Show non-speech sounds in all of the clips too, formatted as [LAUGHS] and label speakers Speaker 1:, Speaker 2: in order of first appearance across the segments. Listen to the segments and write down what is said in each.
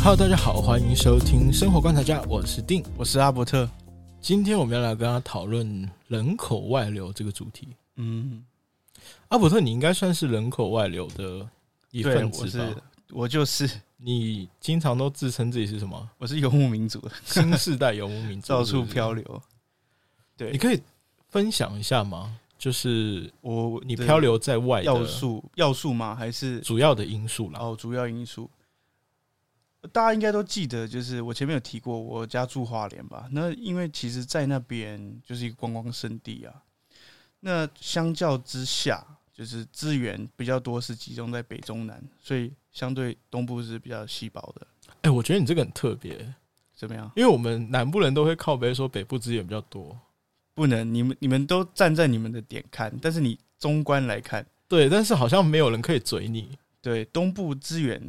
Speaker 1: Hello，大家好，欢迎收听《生活观察家》，我是定。
Speaker 2: 我是阿伯特。
Speaker 1: 今天我们要来跟他讨论人口外流这个主题。
Speaker 2: 嗯，
Speaker 1: 阿伯特，你应该算是人口外流的一
Speaker 2: 对，
Speaker 1: 份
Speaker 2: 我
Speaker 1: 子
Speaker 2: 是
Speaker 1: 吧？
Speaker 2: 我就是 [LAUGHS]
Speaker 1: 你经常都自称自己是什么
Speaker 2: 我是游牧民族，
Speaker 1: 新世代游牧民族，
Speaker 2: 到
Speaker 1: 是
Speaker 2: 处
Speaker 1: 不是
Speaker 2: 漂。流。对
Speaker 1: 你可以分享一下吗？就是
Speaker 2: 我
Speaker 1: 你
Speaker 2: 的
Speaker 1: 漂流在外的
Speaker 2: 要素要素吗？还是
Speaker 1: 主要的因素啦。
Speaker 2: 哦主要因素？大家应该都记得，就是我前面有提过，我家住花莲吧。那因为其实，在那边就是一个观光圣地啊。那相较之下，就是资源比较多，是集中在北中南，所以相对东部是比较稀薄的。
Speaker 1: 哎、我觉得你这个很特别，
Speaker 2: 怎么样？
Speaker 1: 因为我们南部人都会靠北说北部资源比较多，
Speaker 2: 不能，你们你们都站在你们的点看，但是你中观来看，
Speaker 1: 对，但是好像没有人可以嘴你。
Speaker 2: 对东部资源，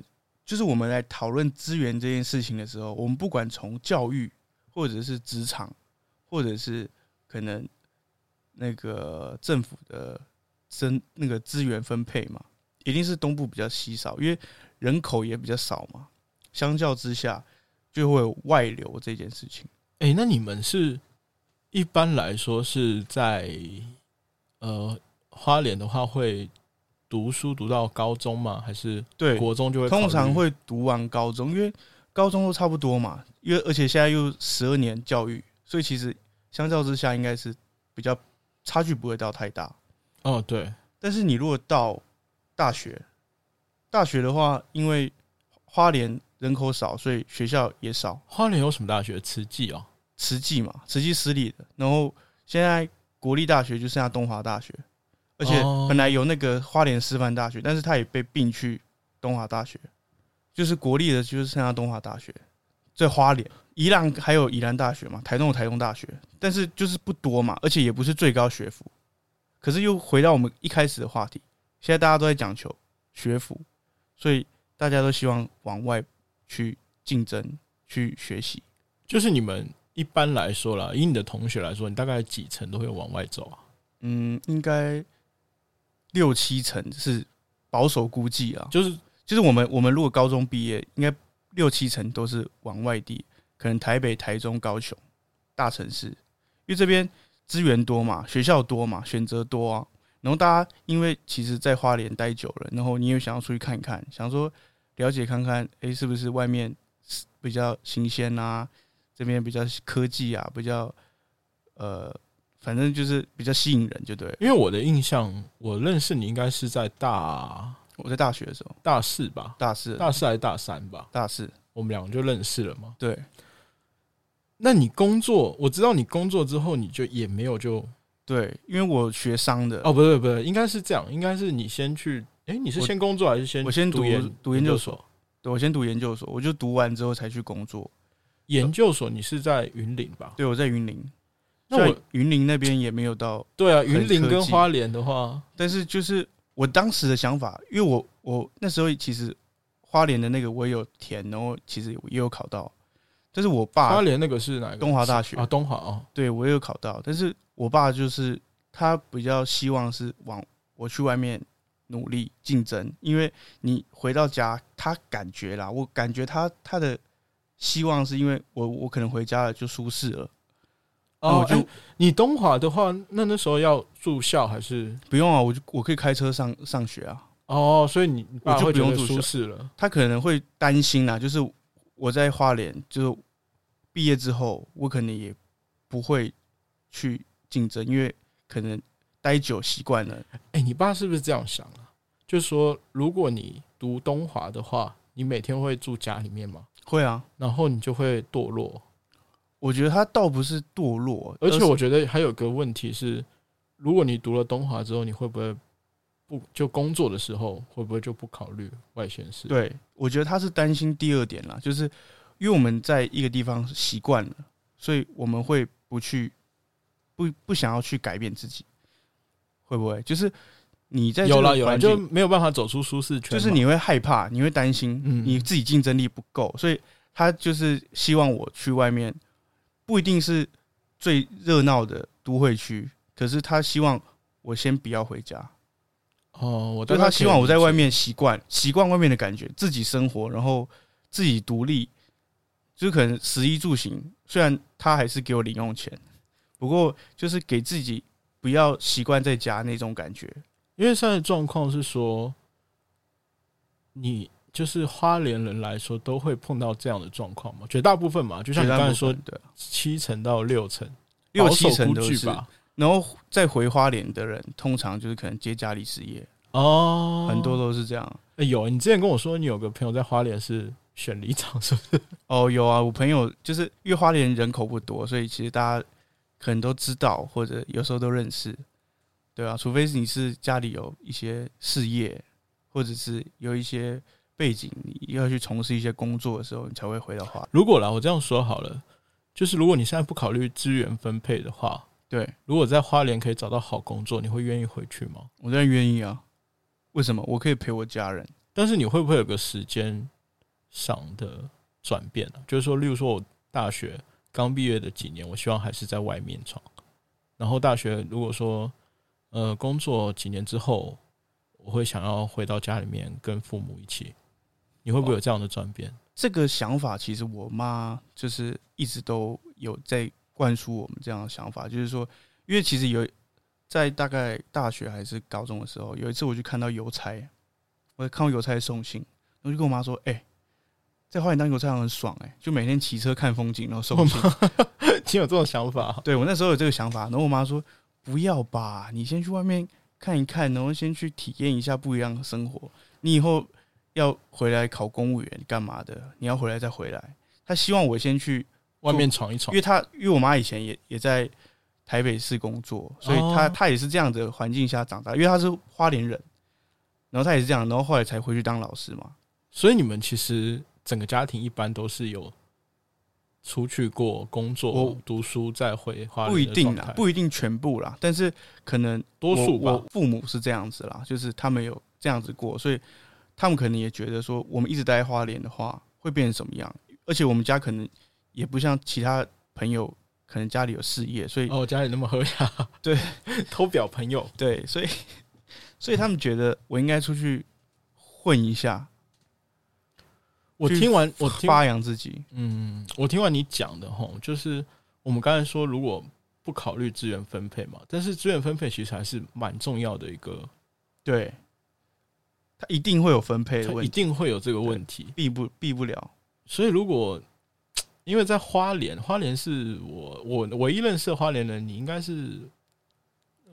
Speaker 2: 就是我们来讨论资源这件事情的时候，我们不管从教育，或者是职场，或者是可能那个政府的增那个资源分配嘛，一定是东部比较稀少，因为人口也比较少嘛，相较之下就会有外流这件事情。
Speaker 1: 哎、那你们是一般来说是在呃花莲的话会读书读到高中吗？还是
Speaker 2: 对，
Speaker 1: 国中就会考虑？
Speaker 2: 通常会读完高中，因为高中都差不多嘛，因为而且现在又十二年教育，所以其实相较之下应该是比较差距不会到太大。
Speaker 1: 哦，对，
Speaker 2: 但是你如果到大学，大学的话，因为花莲人口少，所以学校也少，
Speaker 1: 花莲有什么大学？慈济哦，
Speaker 2: 慈济嘛，慈济私立的，然后现在国立大学就剩下东华大学，而且
Speaker 1: 哦
Speaker 2: 本来有那个花莲师范大学，但是它也被并去东华大学，就是国立的，就是剩下东华大学，在花莲、宜兰还有宜兰大学嘛，台东有台东大学，但是就是不多嘛，而且也不是最高学府。可是又回到我们一开始的话题，现在大家都在讲求学府，所以大家都希望往外去竞争、去学习。
Speaker 1: 就是你们一般来说啦，以你的同学来说，你大概几成都会往外走啊？
Speaker 2: 嗯，应该六七成是保守估计啊。就
Speaker 1: 就是
Speaker 2: 就是我们我们如果高中毕业，应该六七成都是往外地，可能台北、台中、高雄大城市，因为这边资源多嘛，学校多嘛，选择多啊。然后大家因为其实，在花莲待久了，然后你也想要出去看看，想说了解看看，诶，是不是外面是比较新鲜啊？这边比较科技啊，比较呃，反正就是比较吸引人，就对了。
Speaker 1: 因为我的印象，我认识你应该是在大
Speaker 2: 我在大学的时候，
Speaker 1: 大四吧，
Speaker 2: 大四，
Speaker 1: 大四还是大三吧，
Speaker 2: 大四，
Speaker 1: 我们两个就认识了嘛。
Speaker 2: 对
Speaker 1: 那你工作，我知道你工作之后，你就也没有就
Speaker 2: 对，因为我学商的，
Speaker 1: 哦，不对不对，应该是这样，应该是你先去，哎，你是
Speaker 2: 我
Speaker 1: 先工作还是先
Speaker 2: 我先
Speaker 1: 读
Speaker 2: 读
Speaker 1: 研
Speaker 2: 读研究
Speaker 1: 所？
Speaker 2: 对我先读研究所，我就读完之后才去工作。
Speaker 1: 研究所你是在云林吧？
Speaker 2: 对，我在云林，
Speaker 1: 那
Speaker 2: 虽
Speaker 1: 我
Speaker 2: 然云林那边也没有到，
Speaker 1: 对啊，
Speaker 2: 很
Speaker 1: 云林
Speaker 2: 科
Speaker 1: 跟
Speaker 2: 技
Speaker 1: 花莲的话，
Speaker 2: 但是就是我当时的想法，因为我我那时候其实花莲的那个我也有填，然后其实也有考到，但是我
Speaker 1: 花
Speaker 2: 爸
Speaker 1: 莲那个是哪个？
Speaker 2: 啊东华大学
Speaker 1: 啊，东华哦，
Speaker 2: 对我也有考到，但是我爸就是他比较希望是往我去外面努力竞争，因为你回到家，他感觉啦，我感觉他他的希望是因为我我可能回家了就舒适了，那
Speaker 1: 哦
Speaker 2: 我，就
Speaker 1: 诶你东华的话，那那时候要住校还是？
Speaker 2: 不用啊，我就我可以开车上上学啊。
Speaker 1: 哦，所以你你爸
Speaker 2: 我就
Speaker 1: 会
Speaker 2: 不
Speaker 1: 觉
Speaker 2: 用
Speaker 1: 得
Speaker 2: 住
Speaker 1: 舒
Speaker 2: 校
Speaker 1: 适了。
Speaker 2: 他可能会担心啦，就是我在花莲，就是毕业之后，我可能也不会去竞争，因为可能待久习惯了。
Speaker 1: 哎、你爸是不是这样想啊？就是说，如果你读东华的话，你每天会住家里面嘛，
Speaker 2: 会啊，
Speaker 1: 然后你就会堕落。
Speaker 2: 我觉得他倒不是堕落，
Speaker 1: 而且
Speaker 2: 是
Speaker 1: 我觉得还有个问题是，如果你读了东华之后，你会不会不就工作的时候会不会就不考虑外县市？，
Speaker 2: 对，我觉得他是担心第二点啦，就是因为我们在一个地方习惯了，所以我们会不去不不想要去改变自己，会不会就是你在这
Speaker 1: 有
Speaker 2: 个
Speaker 1: 了有了，
Speaker 2: 环
Speaker 1: 就
Speaker 2: 境
Speaker 1: 没有办法走出舒适圈嘛。
Speaker 2: 就是你会害怕，你会担心，
Speaker 1: 嗯
Speaker 2: 你自己竞争力不够，所以他就是希望我去外面，不一定是最热闹的都会区，可是他希望我先不要回家，
Speaker 1: 哦，我
Speaker 2: 就
Speaker 1: 对
Speaker 2: 他希望我在外面习惯，习惯外面的感觉，自己生活，然后自己独立，就是可能食衣住行，虽然他还是给我零用钱，不过就是给自己不要习惯在家那种感觉。
Speaker 1: 因为现在状况是说，你就是花莲人来说都会碰到这样的状况嘛，绝大部分嘛，就像你
Speaker 2: 绝大
Speaker 1: 刚
Speaker 2: 部
Speaker 1: 才
Speaker 2: 分
Speaker 1: 说，
Speaker 2: 对，啊
Speaker 1: 七成到六成，
Speaker 2: 六
Speaker 1: 保守
Speaker 2: 七成
Speaker 1: 估
Speaker 2: 都
Speaker 1: 计
Speaker 2: 是。
Speaker 1: 吧。
Speaker 2: 然后再回花莲的人，通常就是可能接家里事业，
Speaker 1: 哦，
Speaker 2: 很多都是这样。
Speaker 1: 诶有。你之前跟我说，你有个朋友在花莲是选里长，是不是？
Speaker 2: 哦，有啊，我朋友就是因为花莲人口不多，所以其实大家可能都知道，或者有时候都认识，对啊，除非是你是家里有一些事业，或者是有一些背景，你要去从事一些工作的时候，你才会回到花莲。
Speaker 1: 如果啦，我这样说好了，就是如果你现在不考虑资源分配的话，
Speaker 2: 对
Speaker 1: 如果在花莲可以找到好工作，你会愿意回去吗？
Speaker 2: 我当然愿意啊，为什么？我可以陪我家人。
Speaker 1: 但是你会不会有个时间上的转变呢、就是说，例如说我大学刚毕业的几年，我希望还是在外面闯。然后大学如果说呃工作几年之后，我会想要回到家里面跟父母一起，你会不会有这样的转变？
Speaker 2: 这个想法其实我妈就是一直都有在灌输我们这样的想法，就是说，因为其实有在大概大学还是高中的时候，有一次我去看到邮差，我看到邮差送信，我就跟我妈说：“哎、在花园当邮差好像很爽哎、就每天骑车看风景，然后送信。
Speaker 1: 你呃有这种想法”？
Speaker 2: 对我那时候有这个想法，然后我妈说：“不要吧，你先去外面看一看，然后先去体验一下不一样的生活。你以后要回来考公务员干嘛的？你要回来再回来。”她希望我先去
Speaker 1: 外面闯一闯
Speaker 2: 因，为他因为我妈以前也也在台北市工作，所以她
Speaker 1: 哦
Speaker 2: 她也是这样的环境下长大，因为她是花莲人，然后她也是这样，然后后来才回去当老师嘛。
Speaker 1: 所以你们其实整个家庭一般都是有出去过工作
Speaker 2: 我、
Speaker 1: 读书，再回花
Speaker 2: 不一
Speaker 1: 莲的
Speaker 2: 定
Speaker 1: 状
Speaker 2: 啦
Speaker 1: 态，，
Speaker 2: 不一定全部啦，但是可能
Speaker 1: 多数吧
Speaker 2: 我我。父母是这样子啦，就是他们有这样子过，所以他们可能也觉得说，我们一直待在花莲的话，会变成什么样？而且我们家可能也不像其他朋友，可能家里有事业，所以
Speaker 1: 哦，家里那么喝呀，
Speaker 2: [LAUGHS] 对，
Speaker 1: 偷表朋友，
Speaker 2: 对，所以 [LAUGHS] 所以他们觉得我应该出去混一下，
Speaker 1: 我
Speaker 2: 去
Speaker 1: 听完我听，
Speaker 2: 发扬自己。
Speaker 1: 嗯，我听完你讲的吼，就是我们刚才说，如果不考虑资源分配嘛，但是资源分配其实还是蛮重要的一个，
Speaker 2: 对，他一定会有分配的
Speaker 1: 它
Speaker 2: 问
Speaker 1: 一
Speaker 2: 题，
Speaker 1: 定会有这个问题。
Speaker 2: 避不避不了。
Speaker 1: 所以如果因为在花莲，花莲是我我我唯一认识的花莲人，你应该是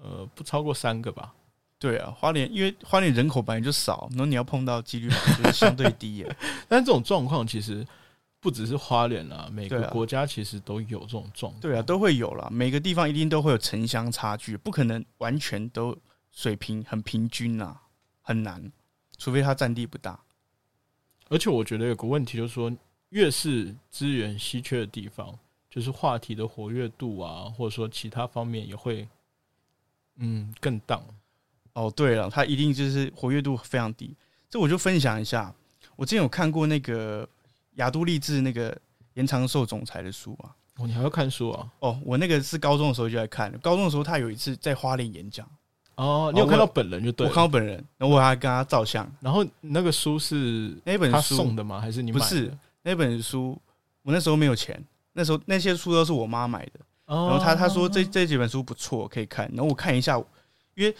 Speaker 1: 呃不超过三个吧？
Speaker 2: 对啊，花莲因为花莲人口本来就少，然后你要碰到几率本来就是相对低啊耶。
Speaker 1: 但这种状况其实不只是花莲啦，每个
Speaker 2: 对啊
Speaker 1: 国家其实都有这种状况。
Speaker 2: 对啊，都会有啦，每个地方一定都会有城乡差距，不可能完全都水平很平均啦，很难，除非它占地不大。
Speaker 1: 而且我觉得有个问题就是说，越是资源稀缺的地方，就是话题的活跃度啊，或者说其他方面也会，嗯，更荡。
Speaker 2: 哦，对了，它一定就是活跃度非常低。这我就分享一下，我之前有看过那个雅都励志那个延长寿总裁的书啊。
Speaker 1: 哦，你还要看书啊？
Speaker 2: 哦，我那个是高中的时候就在看，高中的时候他有一次在花莲演讲，
Speaker 1: 哦，你有
Speaker 2: 哦
Speaker 1: 看
Speaker 2: 我
Speaker 1: 到本人就
Speaker 2: 我
Speaker 1: 对
Speaker 2: 看
Speaker 1: 了。
Speaker 2: 到本人，然后我还跟他照相。
Speaker 1: 然后那个书是
Speaker 2: 那本
Speaker 1: 他
Speaker 2: 书
Speaker 1: 送的吗？还是你买
Speaker 2: 不
Speaker 1: 的？
Speaker 2: 是那本书，我那时候没有钱，那时候那些书都是我妈买的。
Speaker 1: 哦。
Speaker 2: 然后他他说这这几本书不错，可以看。然后我看一下，因为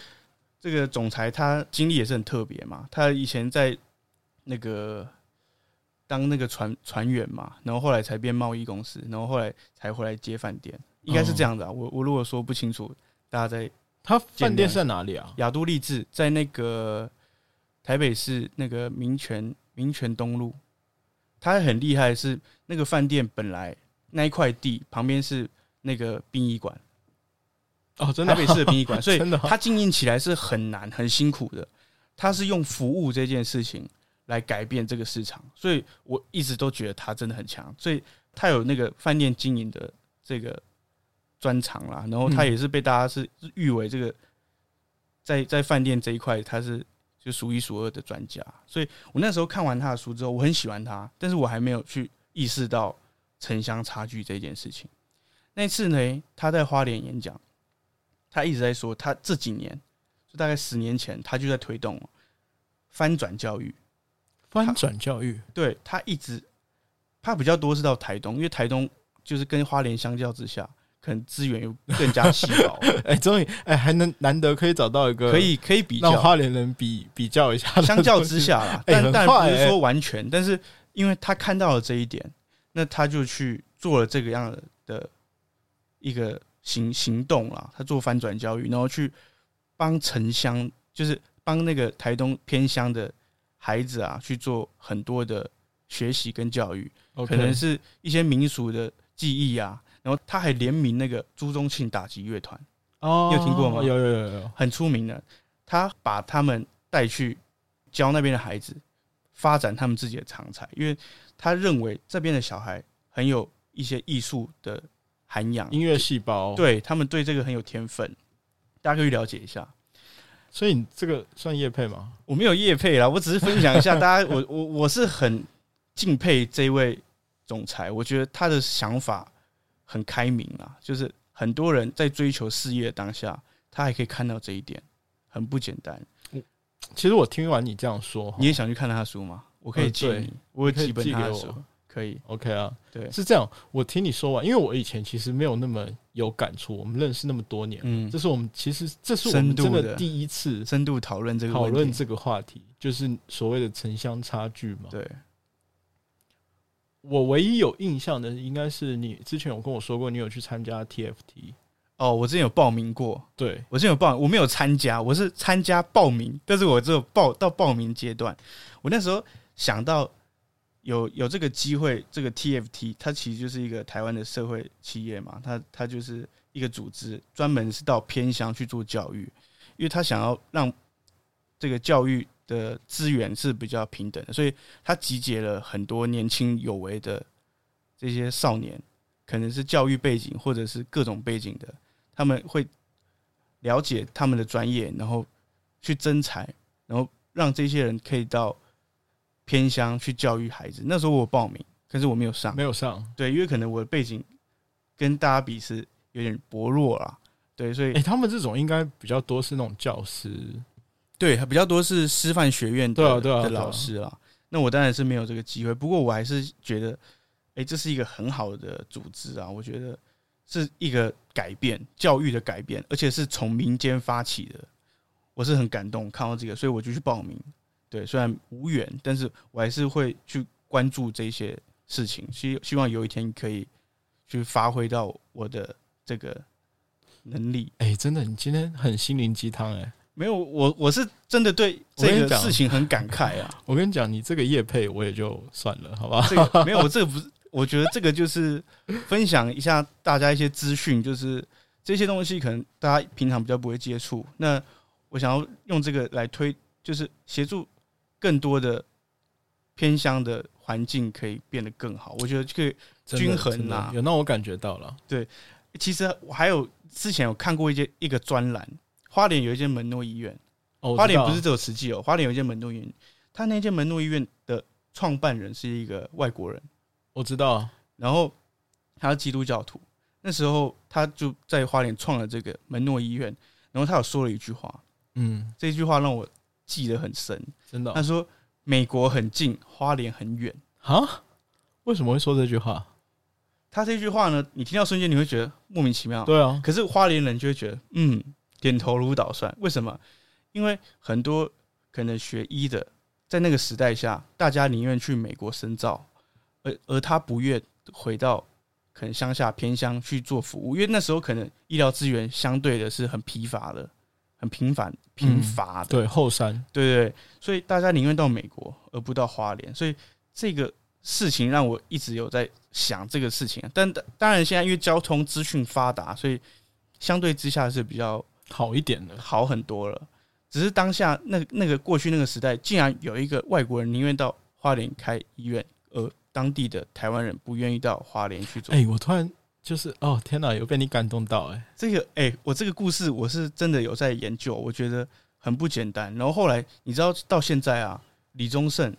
Speaker 2: 这个总裁他经历也是很特别嘛，他以前在那个当那个船船员嘛，然后后来才变贸易公司，然后后来才回来接饭店，应该是这样的、啊。我我如果说不清楚，大家在
Speaker 1: 他饭店是在哪里啊？
Speaker 2: 雅都励志在那个台北市那个民权民权东路，它很厉害的是那个饭店本来那一块地旁边是那个殡仪馆。
Speaker 1: 哦，真的
Speaker 2: 台
Speaker 1: 啊
Speaker 2: 北市的殡仪馆，所以
Speaker 1: [LAUGHS] 真的啊
Speaker 2: 它经营起来是很难、很辛苦的。它是用服务这件事情来改变这个市场，所以我一直都觉得它真的很强。所以它有那个饭店经营的这个专长啦，然后它也是被大家是誉为这个在在饭店这一块，它是就数一数二的专家。所以我那时候看完他的书之后，我很喜欢他，但是我还没有去意识到城乡差距这件事情。那次呢，他在花莲演讲，他一直在说，他这几年就大概十年前，他就在推动翻转教育。
Speaker 1: 翻转教育
Speaker 2: 对他一直它比较多是到台东，因为台东就是跟花莲相较之下，可能资源又更加稀
Speaker 1: [LAUGHS]
Speaker 2: 薄，
Speaker 1: [LAUGHS] 哎，终于哎，还能难得可以找到一个
Speaker 2: 可以可以比
Speaker 1: 让
Speaker 2: 较。
Speaker 1: 花莲人比比较一下的东西， [LAUGHS]
Speaker 2: 相较之下啦，
Speaker 1: 哎
Speaker 2: 但
Speaker 1: 很
Speaker 2: 但
Speaker 1: 快
Speaker 2: 不是
Speaker 1: 哎
Speaker 2: 说完全，但是因为他看到了这一点，那他就去做了这个样的一个行行动啦。他做翻转教育，然后去帮城乡，就是帮那个台东偏乡的孩子啊，去做很多的学习跟教育。
Speaker 1: ，OK，
Speaker 2: 可能是一些民俗的记忆啊。然后他还联名那个朱宗庆打击乐团，
Speaker 1: 哦，
Speaker 2: 你有听过吗
Speaker 1: 有有有有有，
Speaker 2: 很出名的。他把他们带去教那边的孩子发展他们自己的长才，因为他认为这边的小孩很有一些艺术的涵养，
Speaker 1: 音乐细胞，，
Speaker 2: 对他们对这个很有天分。大家可以去了解一下。
Speaker 1: 所以你这个算叶配吗？
Speaker 2: 我没有业配啦，我只是分享一下大家， [LAUGHS] 我我我是很敬佩这位总裁，我觉得他的想法很开明啊，就是很多人在追求事业的当下，他还可以看到这一点，很不简单。
Speaker 1: 其实我听完你这样说，
Speaker 2: 你也想去看他的书吗？我可
Speaker 1: 哦
Speaker 2: 以
Speaker 1: 呃
Speaker 2: 借
Speaker 1: 对
Speaker 2: 你，我有
Speaker 1: 可以
Speaker 2: 几本
Speaker 1: 寄
Speaker 2: 他的
Speaker 1: 给
Speaker 2: 书
Speaker 1: 我，
Speaker 2: 可以。
Speaker 1: OK 啊，
Speaker 2: 对，
Speaker 1: 是这样。我听你说完，因为我以前其实没有那么有感触，我们认识那么多年，
Speaker 2: 嗯
Speaker 1: 这，是我们其实这是我
Speaker 2: 深
Speaker 1: 们
Speaker 2: 度
Speaker 1: 真
Speaker 2: 的
Speaker 1: 的第一次
Speaker 2: 深度讨论这个
Speaker 1: 讨
Speaker 2: 问题
Speaker 1: 论这个话题，就是所谓的城乡差距嘛。
Speaker 2: 对，
Speaker 1: 我唯一有印象的应该是你之前有跟我说过，你有去参加 TFT，
Speaker 2: 哦，我之前有报名过，
Speaker 1: 对，
Speaker 2: 我之前有报，我没有参加，我是参加报名，但是我只有报到报名阶段。我那时候想到有有这个机会，这个 TFT 它其实就是一个台湾的社会企业嘛，它它就是一个组织，专门是到偏乡去做教育，因为它想要让这个教育的资源是比较平等的，所以它集结了很多年轻有为的这些少年，可能是教育背景或者是各种背景的，他们会了解他们的专业，然后去征才，然后让这些人可以到偏乡去教育孩子。那时候我有报名，可是我没有上
Speaker 1: 没。有上。
Speaker 2: 对，因为可能我的背景跟大家比是有点薄弱啦。对，所以
Speaker 1: 诶，他们这种应该比较多是那种教师，
Speaker 2: 对，比较多是师范学院的
Speaker 1: 对啊对啊
Speaker 2: 的
Speaker 1: 对啊
Speaker 2: 老师啊。那我当然是没有这个机会，不过我还是觉得，哎、这是一个很好的组织啊，我觉得是一个改变教育的改变，而且是从民间发起的，我是很感动看到这个，所以我就去报名。对，虽然无缘，但是我还是会去关注这些事情，希希望有一天可以去发挥到我的这个能力。
Speaker 1: 诶，真的，你今天很心灵鸡汤诶。
Speaker 2: 没有，我我是真的对
Speaker 1: 我跟你
Speaker 2: 这个
Speaker 1: 讲
Speaker 2: 事情很感慨啊。 [LAUGHS]
Speaker 1: 我跟你讲，你这个叶配我也就算了，好吧？
Speaker 2: 这个没有，我这个不是，我觉得这个就是分享一下大家一些资讯，就是这些东西可能大家平常比较不会接触。那我想要用这个来推，就是协助更多的偏乡的环境可以变得更好。我觉得这个
Speaker 1: 真的
Speaker 2: 均衡
Speaker 1: 真的
Speaker 2: 啊
Speaker 1: 有让我感觉到了。
Speaker 2: 其实我还有之前有看过一些一个专栏，花莲有一间门诺医院。
Speaker 1: 哦，我
Speaker 2: 花
Speaker 1: 知
Speaker 2: 莲
Speaker 1: 道
Speaker 2: 不是只有慈济哦，花莲有一间门诺医院，他那间门诺医院的创办人是一个外国人，
Speaker 1: 我知道，
Speaker 2: 然后他是基督教徒。那时候他就在花莲创了这个门诺医院，然后他有说了一句话，
Speaker 1: 嗯，
Speaker 2: 这句话让我记得很深。
Speaker 1: 真的
Speaker 2: 他
Speaker 1: 哦
Speaker 2: 说：“美国很近，花莲很远。
Speaker 1: 啊？为什么会说这句话？”
Speaker 2: 他这句话呢，你听到瞬间你会觉得莫名其妙，
Speaker 1: 对啊，
Speaker 2: 可是花莲人就会觉得，嗯，点头如捣蒜。为什么？因为很多可能学医的，在那个时代下，大家宁愿去美国深造，而而他不愿回到可能乡下偏乡去做服务，因为那时候可能医疗资源相对的是很疲乏的，很平凡贫乏的。
Speaker 1: 对后山，
Speaker 2: 对对对，所以大家宁愿到美国，而不到花莲。所以这个事情让我一直有在想这个事情啊。但当然，现在因为交通资讯发达，所以相对之下是比较
Speaker 1: 好一点的，
Speaker 2: 好很多了。只是当下那那个过去那个时代，竟然有一个外国人宁愿到花莲开医院，而当地的台湾人不愿意到花莲去做。
Speaker 1: 哎、我突然就是哦，天哪，有被你感动到哎、
Speaker 2: 这个哎、我这个故事我是真的有在研究，我觉得很不简单。然后后来你知道到现在啊，李宗盛。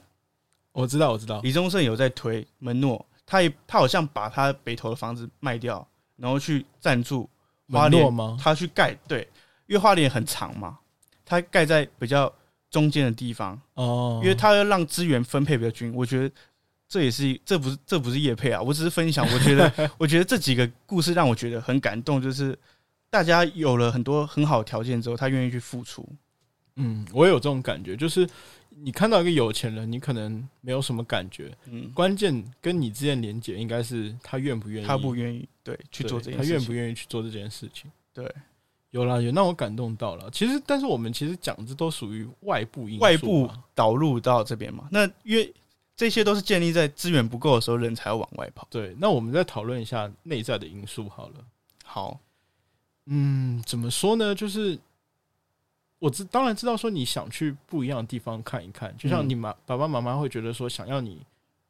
Speaker 1: 我知道，我知道，
Speaker 2: 李宗盛有在推门诺，他也他好像把他北投的房子卖掉，然后去赞助花
Speaker 1: 门诺
Speaker 2: 莲，
Speaker 1: 吗？
Speaker 2: 他去盖对，因为花莲很长嘛，他盖在比较中间的地方，
Speaker 1: 哦，
Speaker 2: 因为他要让资源分配比较均匀。我觉得这也是这不是这不是叶配啊，我只是分享。我觉得我觉得这几个故事让我觉得很感动，就是大家有了很多很好的条件之后，他愿意去付出。
Speaker 1: 嗯，我有这种感觉，就是你看到一个有钱人，你可能没有什么感觉，
Speaker 2: 嗯，
Speaker 1: 关键跟你之间连接应该是他愿不愿意，
Speaker 2: 他不愿意对去做这
Speaker 1: 对
Speaker 2: 件事
Speaker 1: 他
Speaker 2: 情，
Speaker 1: 愿不愿意去做这件事情？
Speaker 2: 对，
Speaker 1: 有啦，有让我感动到了。其实，但是我们其实讲这都属于外部因素嘛，
Speaker 2: 外部导入到这边嘛？那因为这些都是建立在资源不够的时候，人才要往外跑。
Speaker 1: 对。那我们再讨论一下内在的因素好了。
Speaker 2: 好，
Speaker 1: 嗯，怎么说呢？就是我知当然知道说你想去不一样的地方看一看，就像
Speaker 2: 嗯
Speaker 1: 你妈、爸爸妈妈会觉得说想要你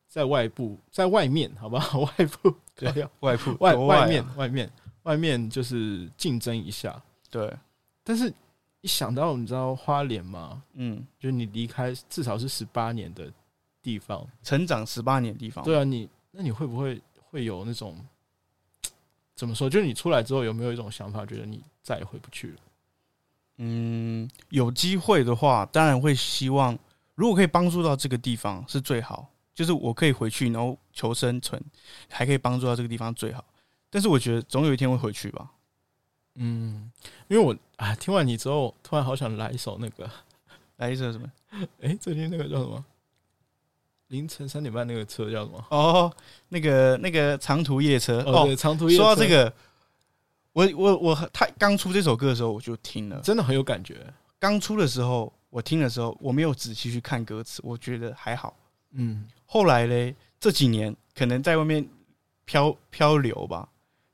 Speaker 1: 在外部，在外面，好 [LAUGHS] 吧，外部对呀，
Speaker 2: 外部
Speaker 1: 外
Speaker 2: 国啊
Speaker 1: 外面外面外面就是竞争一下，
Speaker 2: 对，
Speaker 1: 但是一想到你知道花莲吗？
Speaker 2: 嗯，
Speaker 1: 就是你离开至少是十八年的地方，
Speaker 2: 成长十八年的地方，
Speaker 1: 对啊，你那你会不会会有那种怎么说？就是你出来之后有没有一种想法，觉得你再也回不去了？
Speaker 2: 嗯，有机会的话，当然会希望，如果可以帮助到这个地方是最好，就是我可以回去，然后求生存，还可以帮助到这个地方最好。但是我觉得总有一天会回去吧。
Speaker 1: 嗯，因为我啊，听完你之后，突然好想来一首那个，
Speaker 2: 来一首什么？
Speaker 1: 哎、最近那个叫什么？凌晨三点半那个车叫什么？
Speaker 2: 哦，那个那个长途夜车
Speaker 1: 哦，
Speaker 2: 哦
Speaker 1: 对，长途夜车
Speaker 2: 说到这，个，我我我他刚出这首歌的时候我就听了，
Speaker 1: 真的很有感觉。
Speaker 2: 刚出的时候我听的时候我没有仔细去看歌词，我觉得还好。
Speaker 1: 嗯，
Speaker 2: 后来嘞，这几年可能在外面漂漂流吧，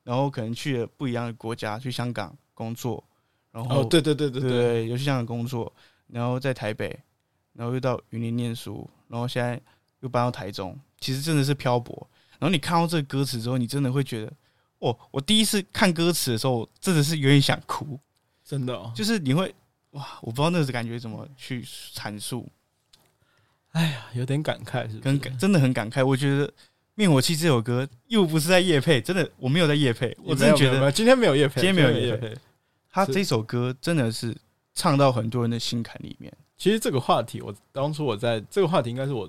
Speaker 2: 然后可能去了不一样的国家，去香港工作，然后、
Speaker 1: 哦，对对对对
Speaker 2: 对
Speaker 1: 对，
Speaker 2: 又去香港工作，然后在台北，然后又到云林念书，然后现在又搬到台中，其实真的是漂泊。然后你看到这个歌词之后，你真的会觉得，哦，我第一次看歌词的时候，我真的是有点想哭，
Speaker 1: 真的、哦。
Speaker 2: 就是你会哇，我不知道那个感觉怎么去阐述，
Speaker 1: 哎呀，有点感慨，是不是？
Speaker 2: 很感，真的很感慨。我觉得《灭火器》这首歌又不是在夜配，真的我没有在夜配，我真的
Speaker 1: 没
Speaker 2: 觉
Speaker 1: 有没有没
Speaker 2: 得
Speaker 1: 有今天没有夜配，
Speaker 2: 今天没有
Speaker 1: 夜
Speaker 2: 业
Speaker 1: 配。
Speaker 2: 他这首歌真的是唱到很多人的心坎里面。
Speaker 1: 其实这个话题，我当初我在这个话题应该是我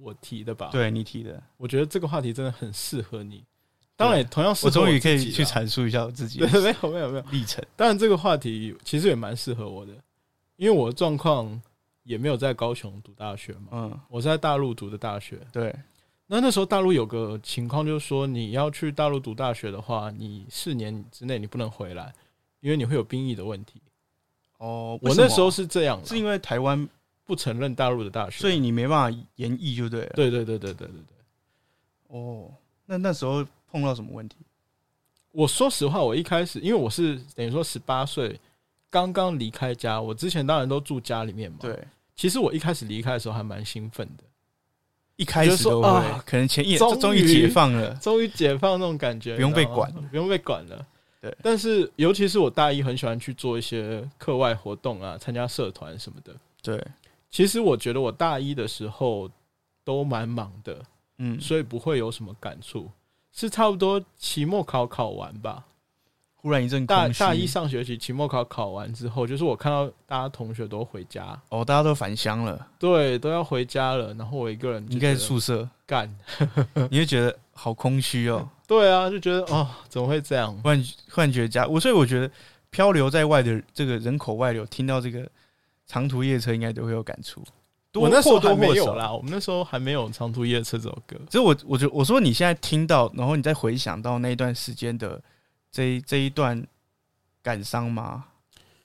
Speaker 1: 我提的吧？，
Speaker 2: 对你提的，
Speaker 1: 我觉得这个话题真的很适合你。当然，也同样适合
Speaker 2: 我终于可
Speaker 1: 自己
Speaker 2: 以
Speaker 1: 啦
Speaker 2: 去阐述一下我自己
Speaker 1: [LAUGHS] 对，
Speaker 2: 的
Speaker 1: 没有没有没有。
Speaker 2: 历程。
Speaker 1: 当然，这个话题其实也蛮适合我的，因为我的状况也没有在高雄读大学嘛，
Speaker 2: 嗯，
Speaker 1: 我是在大陆读的大学。
Speaker 2: 对，
Speaker 1: 那那时候大陆有个情况，就是说你要去大陆读大学的话，你四年之内你不能回来，因为你会有兵役的问题。
Speaker 2: 哦，为
Speaker 1: 我
Speaker 2: 什
Speaker 1: 那
Speaker 2: 么
Speaker 1: 时候是这样啦，
Speaker 2: 是因为台湾，
Speaker 1: 不承认大陆的大学，
Speaker 2: 所以你没办法演绎就对了。
Speaker 1: 对对对对对对对。
Speaker 2: 哦，那那时候碰到什么问题？
Speaker 1: 我说实话，我一开始因为我是等于说十八岁刚刚离开家，我之前当然都住家里面嘛。，
Speaker 2: 对，
Speaker 1: 其实我一开始离开的时候还蛮兴奋的，
Speaker 2: 一开始都
Speaker 1: 我就说
Speaker 2: 会
Speaker 1: 啊，
Speaker 2: 可能前一
Speaker 1: 终于
Speaker 2: 终于解放了。
Speaker 1: 终于解放那种感觉，
Speaker 2: 不用被
Speaker 1: 你知道吗，不用被管了。
Speaker 2: 对
Speaker 1: 但是尤其是我大一很喜欢去做一些课外活动啊，参加社团什么的。
Speaker 2: 对，
Speaker 1: 其实我觉得我大一的时候都蛮忙的，
Speaker 2: 嗯，
Speaker 1: 所以不会有什么感触。是差不多期末考考完吧，
Speaker 2: 忽然一阵
Speaker 1: 大
Speaker 2: 空虚
Speaker 1: 大一上学期期末考考完之后，就是我看到大家同学都回家，
Speaker 2: 哦，大家都返乡了，
Speaker 1: 对，都要回家了，然后我一个人就
Speaker 2: 应该是
Speaker 1: 觉得
Speaker 2: 宿舍，
Speaker 1: 干，
Speaker 2: 你会觉得好空虚哦。
Speaker 1: 对啊，就觉得哦，怎么会这样？
Speaker 2: 忽然忽然觉得家，我所以我觉得漂流在外的这个人口外流，听到这个长途夜车应该都会有感触，多
Speaker 1: 我那时候
Speaker 2: 或多
Speaker 1: 还没
Speaker 2: 或
Speaker 1: 有
Speaker 2: 少。
Speaker 1: 啦，我们那时候还没有《长途夜车》这首歌。
Speaker 2: 所以我我觉得我说你现在听到，然后你再回想到那一段时间的这一这一段感伤吗？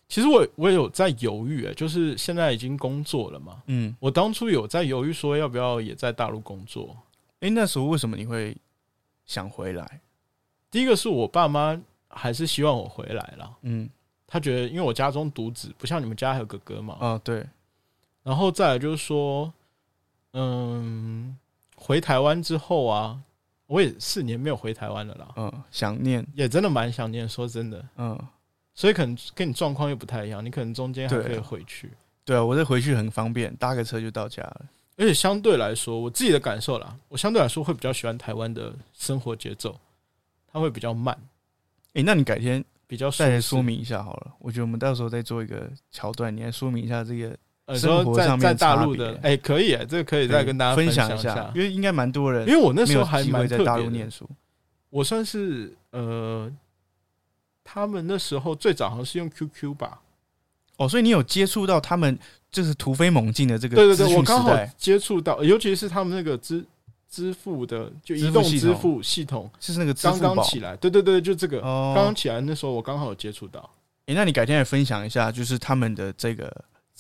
Speaker 1: 其实我我有在犹豫、欸，就是现在已经工作了嘛，
Speaker 2: 嗯，
Speaker 1: 我当初有在犹豫说要不要也在大陆工作。
Speaker 2: 诶，那时候为什么你会想回来？
Speaker 1: 第一个是我爸妈还是希望我回来啦，
Speaker 2: 嗯，
Speaker 1: 他觉得因为我家中独子，不像你们家还有哥哥嘛，
Speaker 2: 哦，对，
Speaker 1: 然后再来就是说，嗯，回台湾之后啊，我也四年没有回台湾了啦，
Speaker 2: 嗯，想念，
Speaker 1: 也真的蛮想念。说真的，
Speaker 2: 嗯，
Speaker 1: 所以可能跟你状况又不太一样，你可能中间还
Speaker 2: 对啊
Speaker 1: 可以回去。
Speaker 2: 对啊，我这回去很方便，搭个车就到家了。
Speaker 1: 而且相对来说，我自己的感受啦，我相对来说会比较喜欢台湾的生活节奏，它会比较慢，
Speaker 2: 诶，那你改天
Speaker 1: 比较舒
Speaker 2: 再来
Speaker 1: 适
Speaker 2: 说。明一下好了。我觉得我们到时候再做一个桥段，你来说明一下这个
Speaker 1: 呃，
Speaker 2: 生活
Speaker 1: 说在
Speaker 2: 上面
Speaker 1: 在大
Speaker 2: 差
Speaker 1: 陆
Speaker 2: 别
Speaker 1: 的，哎、可以、哎这个可以再跟大家
Speaker 2: 分
Speaker 1: 享
Speaker 2: 一下，因为应该蛮多人
Speaker 1: 因为我那
Speaker 2: 没
Speaker 1: 时候
Speaker 2: 有
Speaker 1: 还
Speaker 2: 机
Speaker 1: 蛮
Speaker 2: 会
Speaker 1: 特
Speaker 2: 在
Speaker 1: 别
Speaker 2: 大陆
Speaker 1: 的
Speaker 2: 念书，
Speaker 1: 我算是呃，他们那时候最早好像是用 QQ 吧，
Speaker 2: 哦，所以你有接触到他们就是突飞猛进的这个
Speaker 1: 对对
Speaker 2: 资
Speaker 1: 对，
Speaker 2: 讯
Speaker 1: 我
Speaker 2: 时
Speaker 1: 刚好
Speaker 2: 代
Speaker 1: 接触到，尤其是他们那个支支付的，就移
Speaker 2: 支付
Speaker 1: 动
Speaker 2: 系
Speaker 1: 支
Speaker 2: 统
Speaker 1: 付系统
Speaker 2: 是那个支
Speaker 1: 刚
Speaker 2: 付宝
Speaker 1: 刚起来，对对对，就这个
Speaker 2: 哦
Speaker 1: 刚刚、起来那时候，我刚好有接触到，
Speaker 2: 诶那你改天也分享一下，就是他们的这个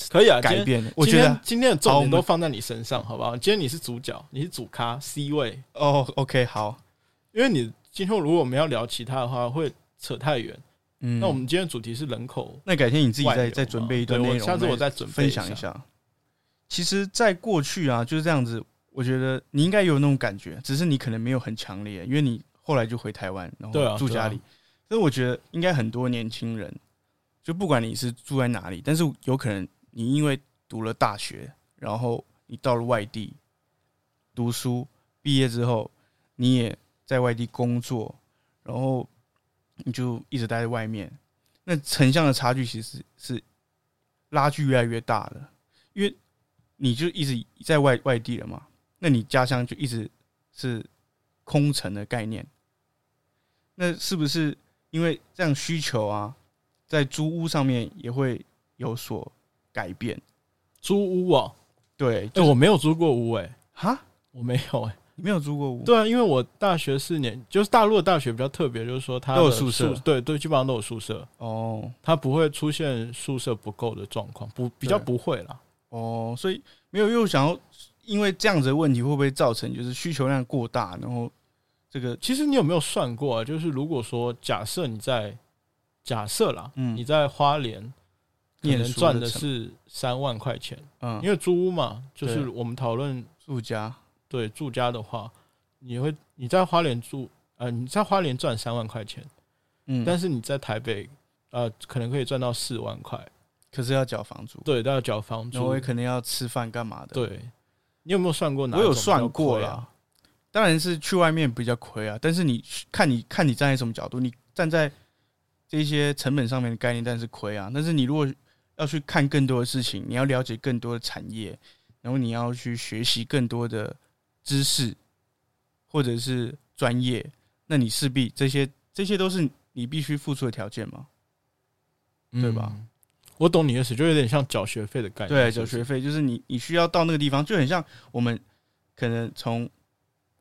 Speaker 1: 可以啊，今
Speaker 2: 改
Speaker 1: 天。
Speaker 2: 变，我
Speaker 1: 今
Speaker 2: 觉
Speaker 1: 天
Speaker 2: 得
Speaker 1: 今天的
Speaker 2: 好
Speaker 1: 重
Speaker 2: 我
Speaker 1: 点
Speaker 2: 们
Speaker 1: 都放在你身上，好不好？今天你是主角，你是主咖 C 位，
Speaker 2: 哦，OK，好，
Speaker 1: 因为你今后如果我们要聊其他的话，会扯太远。
Speaker 2: 嗯，
Speaker 1: 那我们今天的主题是人口
Speaker 2: 那改天你自己
Speaker 1: 外
Speaker 2: 再
Speaker 1: 流
Speaker 2: 再
Speaker 1: 嘛
Speaker 2: 准备一
Speaker 1: 对
Speaker 2: 段内
Speaker 1: 我
Speaker 2: 容，
Speaker 1: 下次
Speaker 2: 们
Speaker 1: 我再准备
Speaker 2: 分享
Speaker 1: 一
Speaker 2: 一下。其实，在过去啊，就是这样子。我觉得你应该有那种感觉，只是你可能没有很强烈，因为你后来就回台湾，然
Speaker 1: 对啊
Speaker 2: 后住家里。所以我觉得应该很多年轻人，就不管你是住在哪里，但是有可能你因为读了大学，然后你到了外地读书，毕业之后你也在外地工作，然后你就一直待在外面，那城乡的差距其实是拉距越来越大的，因为你就一直在外外地了嘛，那你家乡就一直是空城的概念。那是不是因为这样需求啊，在租屋上面也会有所改变？
Speaker 1: 租屋哦、
Speaker 2: 对，
Speaker 1: 哎、
Speaker 2: 就是
Speaker 1: 我没有租过屋、哎，
Speaker 2: 哈，
Speaker 1: 我没有、哎。
Speaker 2: 你没有租过屋？
Speaker 1: 对啊，因为我大学四年，就是大陆的大学比较特别，就是说它的
Speaker 2: 都有宿舍
Speaker 1: 对对，基本上都有宿舍，
Speaker 2: 哦
Speaker 1: 它不会出现宿舍不够的状况，不比较
Speaker 2: 对
Speaker 1: 不会啦。
Speaker 2: 哦，所以没有又想要，因为这样子的问题会不会造成就是需求量过大，然后这个
Speaker 1: 其实你有没有算过啊？就是如果说假设你在假设啦，
Speaker 2: 嗯
Speaker 1: 你在花莲可
Speaker 2: 念
Speaker 1: 能
Speaker 2: 书
Speaker 1: 赚的
Speaker 2: 成
Speaker 1: 是三万块钱，
Speaker 2: 嗯
Speaker 1: 因为租屋嘛，就是
Speaker 2: 对
Speaker 1: 我们讨论
Speaker 2: 住家
Speaker 1: 对住家的话，你会你在花莲住，呃，你在花莲赚三万块钱，
Speaker 2: 嗯，但
Speaker 1: 但是你在台北，呃，可能可以赚到四万块，
Speaker 2: 可是要缴房租，
Speaker 1: 对，都要缴房
Speaker 2: 然后
Speaker 1: 租
Speaker 2: 也，可能要吃饭干嘛的。，
Speaker 1: 对，你有没有算过哪？
Speaker 2: 我有算过
Speaker 1: 了、
Speaker 2: 啦，当然是去外面比较亏啊。但是你看你看你站在什么角度，你站在这些成本上面的概念，但是亏啊。但是你如果要去看更多的事情，你要了解更多的产业，然后你要去学习更多的知识或者是专业，那你势必这些这些都是你必须付出的条件嘛。对吧
Speaker 1: 嗯？我懂你的意思，就有点像缴学费的概念。
Speaker 2: 对，
Speaker 1: 是
Speaker 2: 缴
Speaker 1: 不是
Speaker 2: 学费就是你你需要到那个地方，就很像我们可能从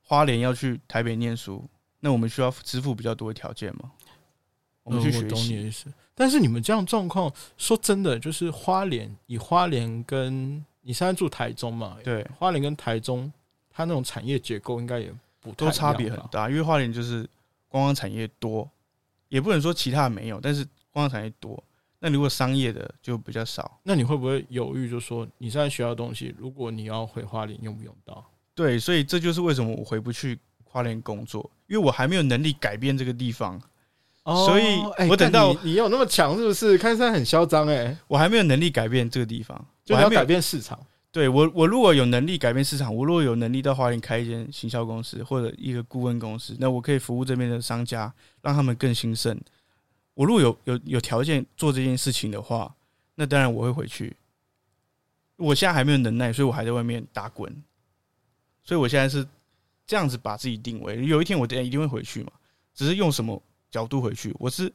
Speaker 2: 花莲要去台北念书，那我们需要支付比较多的条件嘛？我们去
Speaker 1: 嗯
Speaker 2: 学
Speaker 1: 懂你的
Speaker 2: 习，
Speaker 1: 意思。但是你们这样状况，说真的，就是花莲，以花莲跟你现在住台中嘛，
Speaker 2: 对，
Speaker 1: 花莲跟台中，它那种产业结构应该也不太
Speaker 2: 都差
Speaker 1: 一
Speaker 2: 别
Speaker 1: 样
Speaker 2: 很
Speaker 1: 吧
Speaker 2: 大，因为花莲就是观光产业多，也不能说其他没有，但是观光产业多，那如果商业的就比较少。
Speaker 1: 那你会不会犹豫，就说你现在学到的东西，如果你要回花莲，用不用到？
Speaker 2: 对，所以这就是为什么我回不去花莲工作，因为我还没有能力改变这个地方。所以
Speaker 1: 哎
Speaker 2: 我等
Speaker 1: 但
Speaker 2: 到
Speaker 1: 你你有那么强，是不是？看起来很嚣张，哎，
Speaker 2: 我还没有能力改变这个地方，
Speaker 1: 就
Speaker 2: 我
Speaker 1: 你
Speaker 2: 还
Speaker 1: 要
Speaker 2: 没有
Speaker 1: 改变市场。
Speaker 2: 对我，我如果有能力改变市场，我如果有能力到花莲开一间行销公司或者一个顾问公司，那我可以服务这边的商家，让他们更兴盛。我如果有有有条件做这件事情的话，那当然我会回去。我现在还没有能耐，所以我还在外面打滚。所以我现在是这样子把自己定位，有一天我一定会回去嘛，只是用什么角度回去？我是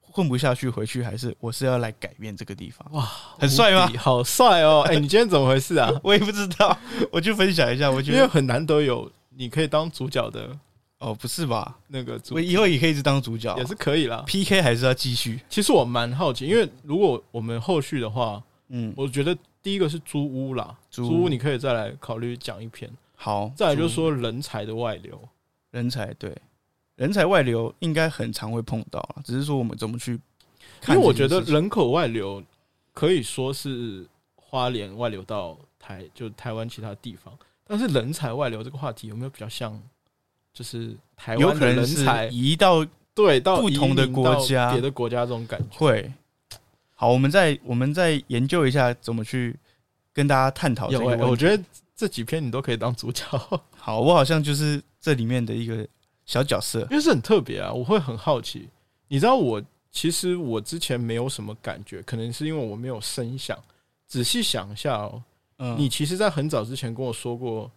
Speaker 2: 混不下去回去，还是我是要来改变这个地方？ [LAUGHS]
Speaker 1: 哇，
Speaker 2: 很帅吗
Speaker 1: 无敌？好帅哦！哎、你今天怎么回事
Speaker 2: [LAUGHS]
Speaker 1: 啊？
Speaker 2: 我也不知道，我去分享一下，我觉
Speaker 1: 因
Speaker 2: 得
Speaker 1: 为很难得有你可以当主角的
Speaker 2: 哦，不是吧？
Speaker 1: 那个主
Speaker 2: 我，以后也可以一直当主角啊，
Speaker 1: 也是可以啦。
Speaker 2: PK 还是要继续？
Speaker 1: 其实我蛮好奇，因为如果我们后续的话，
Speaker 2: 嗯，
Speaker 1: 我觉得第一个是租屋啦，
Speaker 2: 租
Speaker 1: 租
Speaker 2: 屋
Speaker 1: 屋你可以再来考虑讲一篇。
Speaker 2: 好。
Speaker 1: 再来就是
Speaker 2: 主
Speaker 1: 说人才的外流，
Speaker 2: 人才，对人才外流应该很常会碰到啊，只是说我们怎么去
Speaker 1: 因
Speaker 2: 看
Speaker 1: 为
Speaker 2: 这件事情。
Speaker 1: 我觉得人口外流可以说是花莲外流到台，就台湾其他地方。但是人才外流这个话题有没有比较像，就是台
Speaker 2: 有
Speaker 1: 湾的
Speaker 2: 可能
Speaker 1: 人
Speaker 2: 是
Speaker 1: 才
Speaker 2: 移到
Speaker 1: 对到
Speaker 2: 不
Speaker 1: 移
Speaker 2: 同的
Speaker 1: 民
Speaker 2: 国
Speaker 1: 到
Speaker 2: 家
Speaker 1: 别的国家这种感觉？
Speaker 2: 会。好，我们再我们再研究一下怎么去跟大家探讨这
Speaker 1: 有
Speaker 2: 个
Speaker 1: 欸
Speaker 2: 问题。
Speaker 1: 我觉得这几篇你都可以当主角，
Speaker 2: 好，我好像就是这里面的一个小角色。
Speaker 1: 因为是很特别啊。我会很好奇，你知道我其实我之前没有什么感觉，可能是因为我没有声响仔细想一下哦，
Speaker 2: 嗯，
Speaker 1: 你其实，在很早之前跟我说过，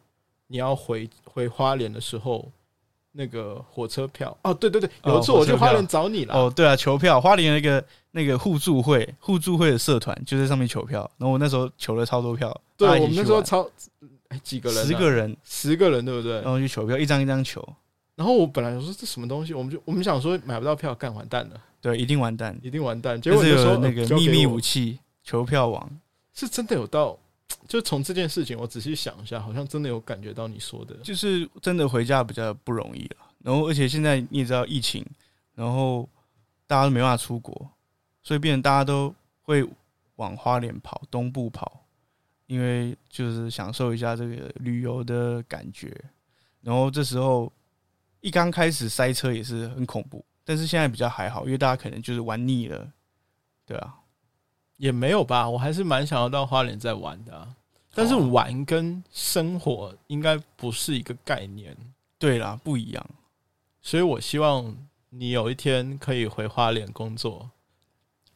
Speaker 1: 你要回回花莲的时候，那个火车票哦，对对对，
Speaker 2: 哦
Speaker 1: 有一次我去
Speaker 2: 火车票
Speaker 1: 花莲找你了，
Speaker 2: 哦，对啊，求票，花莲有一个那个互助会，互助会的社团就在上面求票，然后我那时候求了超多票，
Speaker 1: 对
Speaker 2: 大家一
Speaker 1: 我们
Speaker 2: 起
Speaker 1: 那
Speaker 2: 去
Speaker 1: 时候
Speaker 2: 玩
Speaker 1: 超哎几个人啊，
Speaker 2: 十个人，嗯
Speaker 1: 十个人对不对？
Speaker 2: 然后去求票，一张一张求，
Speaker 1: 然后我本来想说这什么东西，我们就我们想说买不到票，干完蛋了，
Speaker 2: 对，一定完蛋。
Speaker 1: 一定完蛋。结
Speaker 2: 就
Speaker 1: 果
Speaker 2: 是
Speaker 1: 你就说
Speaker 2: 有那个
Speaker 1: 呃交给
Speaker 2: 秘密
Speaker 1: 我
Speaker 2: 武器求票网，
Speaker 1: 是真的有到，就从这件事情我仔细想一下，好像真的有感觉到你说的，
Speaker 2: 就是真的回家比较不容易了。然后而且现在你也知道疫情，然后大家都没办法出国，所以变成大家都会往花莲跑、东部跑，因为就是享受一下这个旅游的感觉。然后这时候一刚开始塞车也是很恐怖，但是现在比较还好，因为大家可能就是玩腻了，对啊。
Speaker 1: 也没有吧？我还是蛮想要到花莲再玩的啊、但是
Speaker 2: 好啊
Speaker 1: 玩跟生活应该不是一个概念，
Speaker 2: 对啦，不一样。
Speaker 1: 所以我希望你有一天可以回花莲工作。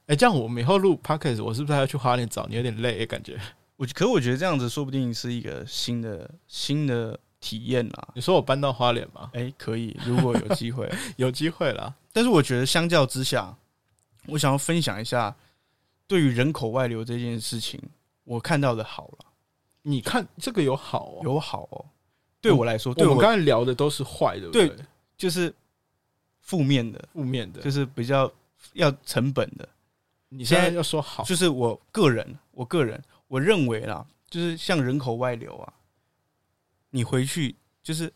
Speaker 1: 哎、这样我们以后录 podcast，我是不是还要去花莲找你？有点累，感觉。
Speaker 2: 我觉可我觉得这样子说不定是一个新的新的体验啊啦。
Speaker 1: 你说我搬到花莲吗？ [LAUGHS]
Speaker 2: 哎、可以，如果有机会。
Speaker 1: 有机会啦。
Speaker 2: 但是我觉得相较之下，我想要分享一下对于人口外流这件事情，我看到的好了，
Speaker 1: 你看这个有好哦，
Speaker 2: 有好哦。对我来说，对
Speaker 1: 我
Speaker 2: 我
Speaker 1: 们刚才聊的都是坏的，对
Speaker 2: 对
Speaker 1: 不对，
Speaker 2: 就是负面的，
Speaker 1: 负面的
Speaker 2: 就。是比较要成本的。
Speaker 1: 你现在
Speaker 2: 现在
Speaker 1: 要说好，
Speaker 2: 就是我个人，我个人我认为啦，就是像人口外流啊，你回去就是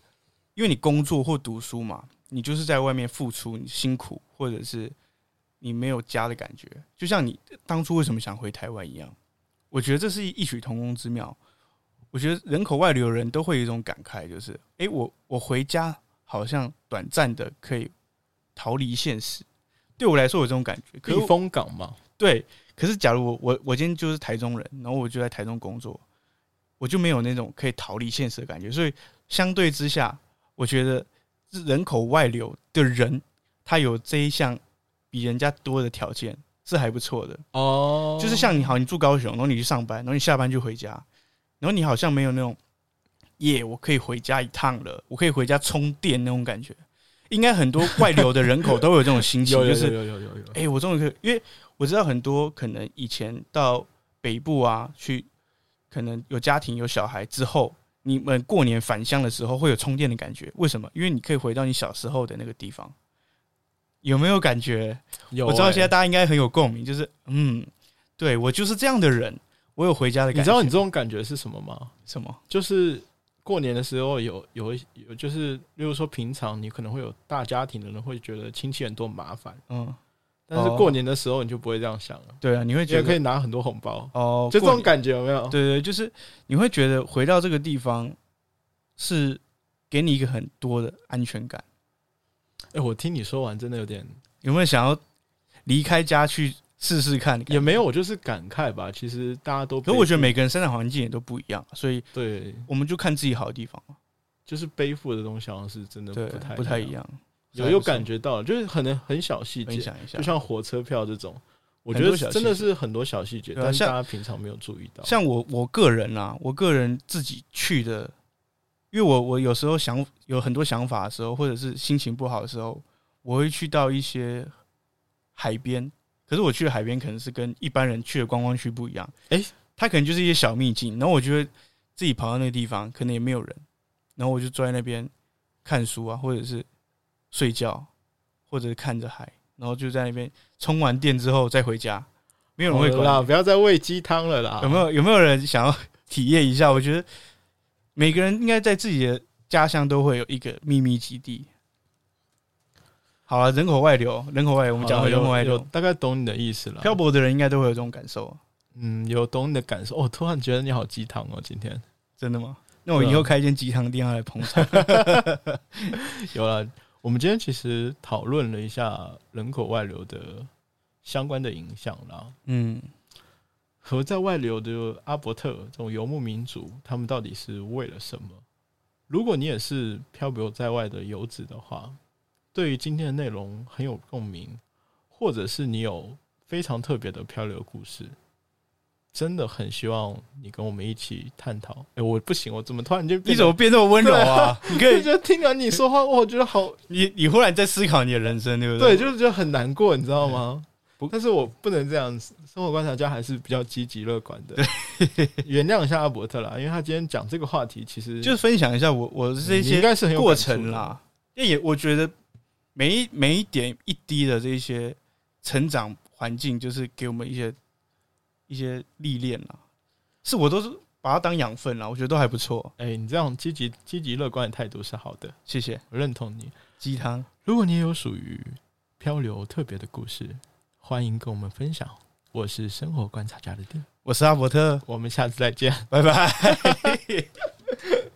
Speaker 2: 因为你工作或读书嘛，你就是在外面付出，你辛苦或者是你没有家的感觉，就像你当初为什么想回台湾一样，我觉得这是异曲同工之妙。我觉得人口外流的人都会有一种感慨，就是诶，我我回家好像短暂的可以逃离现实。对我来说有这种感觉，可
Speaker 1: 避
Speaker 2: 是
Speaker 1: 风港嘛，
Speaker 2: 对，可是假如我我我今天就是台中人，然后我就在台中工作，我就没有那种可以逃离现实的感觉，所以相对之下，我觉得人口外流的人，他有这一项比人家多的条件是还不错的。
Speaker 1: 哦
Speaker 2: 就是像你好，你住高雄，然后你去上班，然后你下班就回家，然后你好像没有那种耶，我可以回家一趟了，我可以回家充电那种感觉。应该很多外流的人口都有这种心
Speaker 1: [LAUGHS]
Speaker 2: 情，
Speaker 1: 有有
Speaker 2: 就是
Speaker 1: 有有有有有，
Speaker 2: 哎、我终于可以，因为我知道很多可能以前到北部啊去，可能有家庭有小孩之后，你们过年返乡的时候会有充电的感觉。为什么？因为你可以回到你小时候的那个地方，有没有感觉？
Speaker 1: 有
Speaker 2: 我知道
Speaker 1: 欸
Speaker 2: 现在大家应该很有共鸣，就是嗯，对我就是这样的人，我有回家的
Speaker 1: 你
Speaker 2: 感
Speaker 1: 知
Speaker 2: 觉。
Speaker 1: 道你这种感觉是什么吗？
Speaker 2: 什么？
Speaker 1: 就是过年的时候有有一有，就是例如说平常你可能会有大家庭的人会觉得亲戚很多麻烦，
Speaker 2: 嗯，
Speaker 1: 但是
Speaker 2: 哦
Speaker 1: 过年的时候你就不会这样想了，
Speaker 2: 对啊，你会
Speaker 1: 也
Speaker 2: 觉
Speaker 1: 可
Speaker 2: 得
Speaker 1: 以拿很多红包，
Speaker 2: 哦，
Speaker 1: 就这
Speaker 2: 过
Speaker 1: 种
Speaker 2: 年
Speaker 1: 感觉有没有？
Speaker 2: 对对，就是你会觉得回到这个地方是给你一个很多的安全感。
Speaker 1: 哎，我听你说完真的有点
Speaker 2: 有没有想要离开家去试试看？
Speaker 1: 也没有，我就是感慨吧。其实大家都背负，
Speaker 2: 可是我觉得每个人生长环境也都不一样，所以
Speaker 1: 对，
Speaker 2: 我们就看自己好的地方嘛，
Speaker 1: 就是背负的东西好像是真的
Speaker 2: 对
Speaker 1: 不太，
Speaker 2: 不太一，样，
Speaker 1: 有有感觉到，就是可能很小细节
Speaker 2: 分，享一下
Speaker 1: 就。像火车票这种，我觉
Speaker 2: 啊
Speaker 1: 得
Speaker 2: 很多小细节
Speaker 1: 真的是很多小细节，
Speaker 2: 对啊
Speaker 1: 但是
Speaker 2: 像
Speaker 1: 大家平常没有注意到。
Speaker 2: 像我我个人啦、我个人自己去的，因为我我有时候想有很多想法的时候，或者是心情不好的时候，我会去到一些海边。可是我去的海边可能是跟一般人去的观光区不一样，
Speaker 1: 诶
Speaker 2: 它可能就是一些小秘境。然后我就会自己跑到那个地方，可能也没有人，然后我就坐在那边看书啊，或者是睡觉，或者是看着海，然后就在那边充完电之后再回家，没有人会
Speaker 1: 好
Speaker 2: 管
Speaker 1: 了
Speaker 2: 你
Speaker 1: 啦，不要再喂鸡汤了啦。
Speaker 2: 有没？有有没有人想要体验一下？我觉得每个人应该在自己的家乡都会有一个秘密基地。好了，人口外流，人口外流，我
Speaker 1: 我
Speaker 2: 们讲回人口外流，
Speaker 1: 大概懂你的意思了。
Speaker 2: 漂泊的人应该都会有这种感受啊，
Speaker 1: 嗯，有懂你的感受。哦，突然觉得你好鸡汤哦，今
Speaker 2: [LAUGHS]
Speaker 1: 天
Speaker 2: 真的吗？那我以后开一间鸡汤店要来捧场。
Speaker 1: 有了。我们今天其实讨论了一下人口外流的相关的影响啦，
Speaker 2: 嗯，
Speaker 1: 和在外流的阿伯特这种游牧民族，他们到底是为了什么？如果你也是漂泊在外的游子的话，对于今天的内容很有共鸣，或者是你有非常特别的漂流故事，真的很希望你跟我们一起探讨。哎、我不行，我怎么突然就
Speaker 2: 你
Speaker 1: 变
Speaker 2: 怎
Speaker 1: 得
Speaker 2: 么变这么温柔啊？你可
Speaker 1: [LAUGHS] 就
Speaker 2: 以，
Speaker 1: 觉得听完你说话，我觉得好，
Speaker 2: 你你忽然在思考你的人生，对不
Speaker 1: 对，
Speaker 2: 对，
Speaker 1: 就是觉得很难过，你知道吗？不，但是我不能这样子。生活观察家还是比较积极乐观的， [LAUGHS] 原谅一下阿伯特啦，因为他今天讲这个话题，其实
Speaker 2: 就是分享一下我我这
Speaker 1: 你应
Speaker 2: 些
Speaker 1: 该是很有
Speaker 2: 过
Speaker 1: 感触的
Speaker 2: 程。啦。那也我觉得每一每一点一滴的这些成长环境，就是给我们一些一些历练啦。是我都是把它当养分啦，我觉得都还不错。
Speaker 1: 哎、你这样积极、积极乐观的态度是好的，
Speaker 2: 谢谢
Speaker 1: 我认同你。
Speaker 2: 鸡汤，
Speaker 1: 如果你也有属于漂流特别的故事，欢迎跟我们分享。我是生活观察家的丁，
Speaker 2: 我是阿伯特，
Speaker 1: 我们下次再见。
Speaker 2: 拜拜。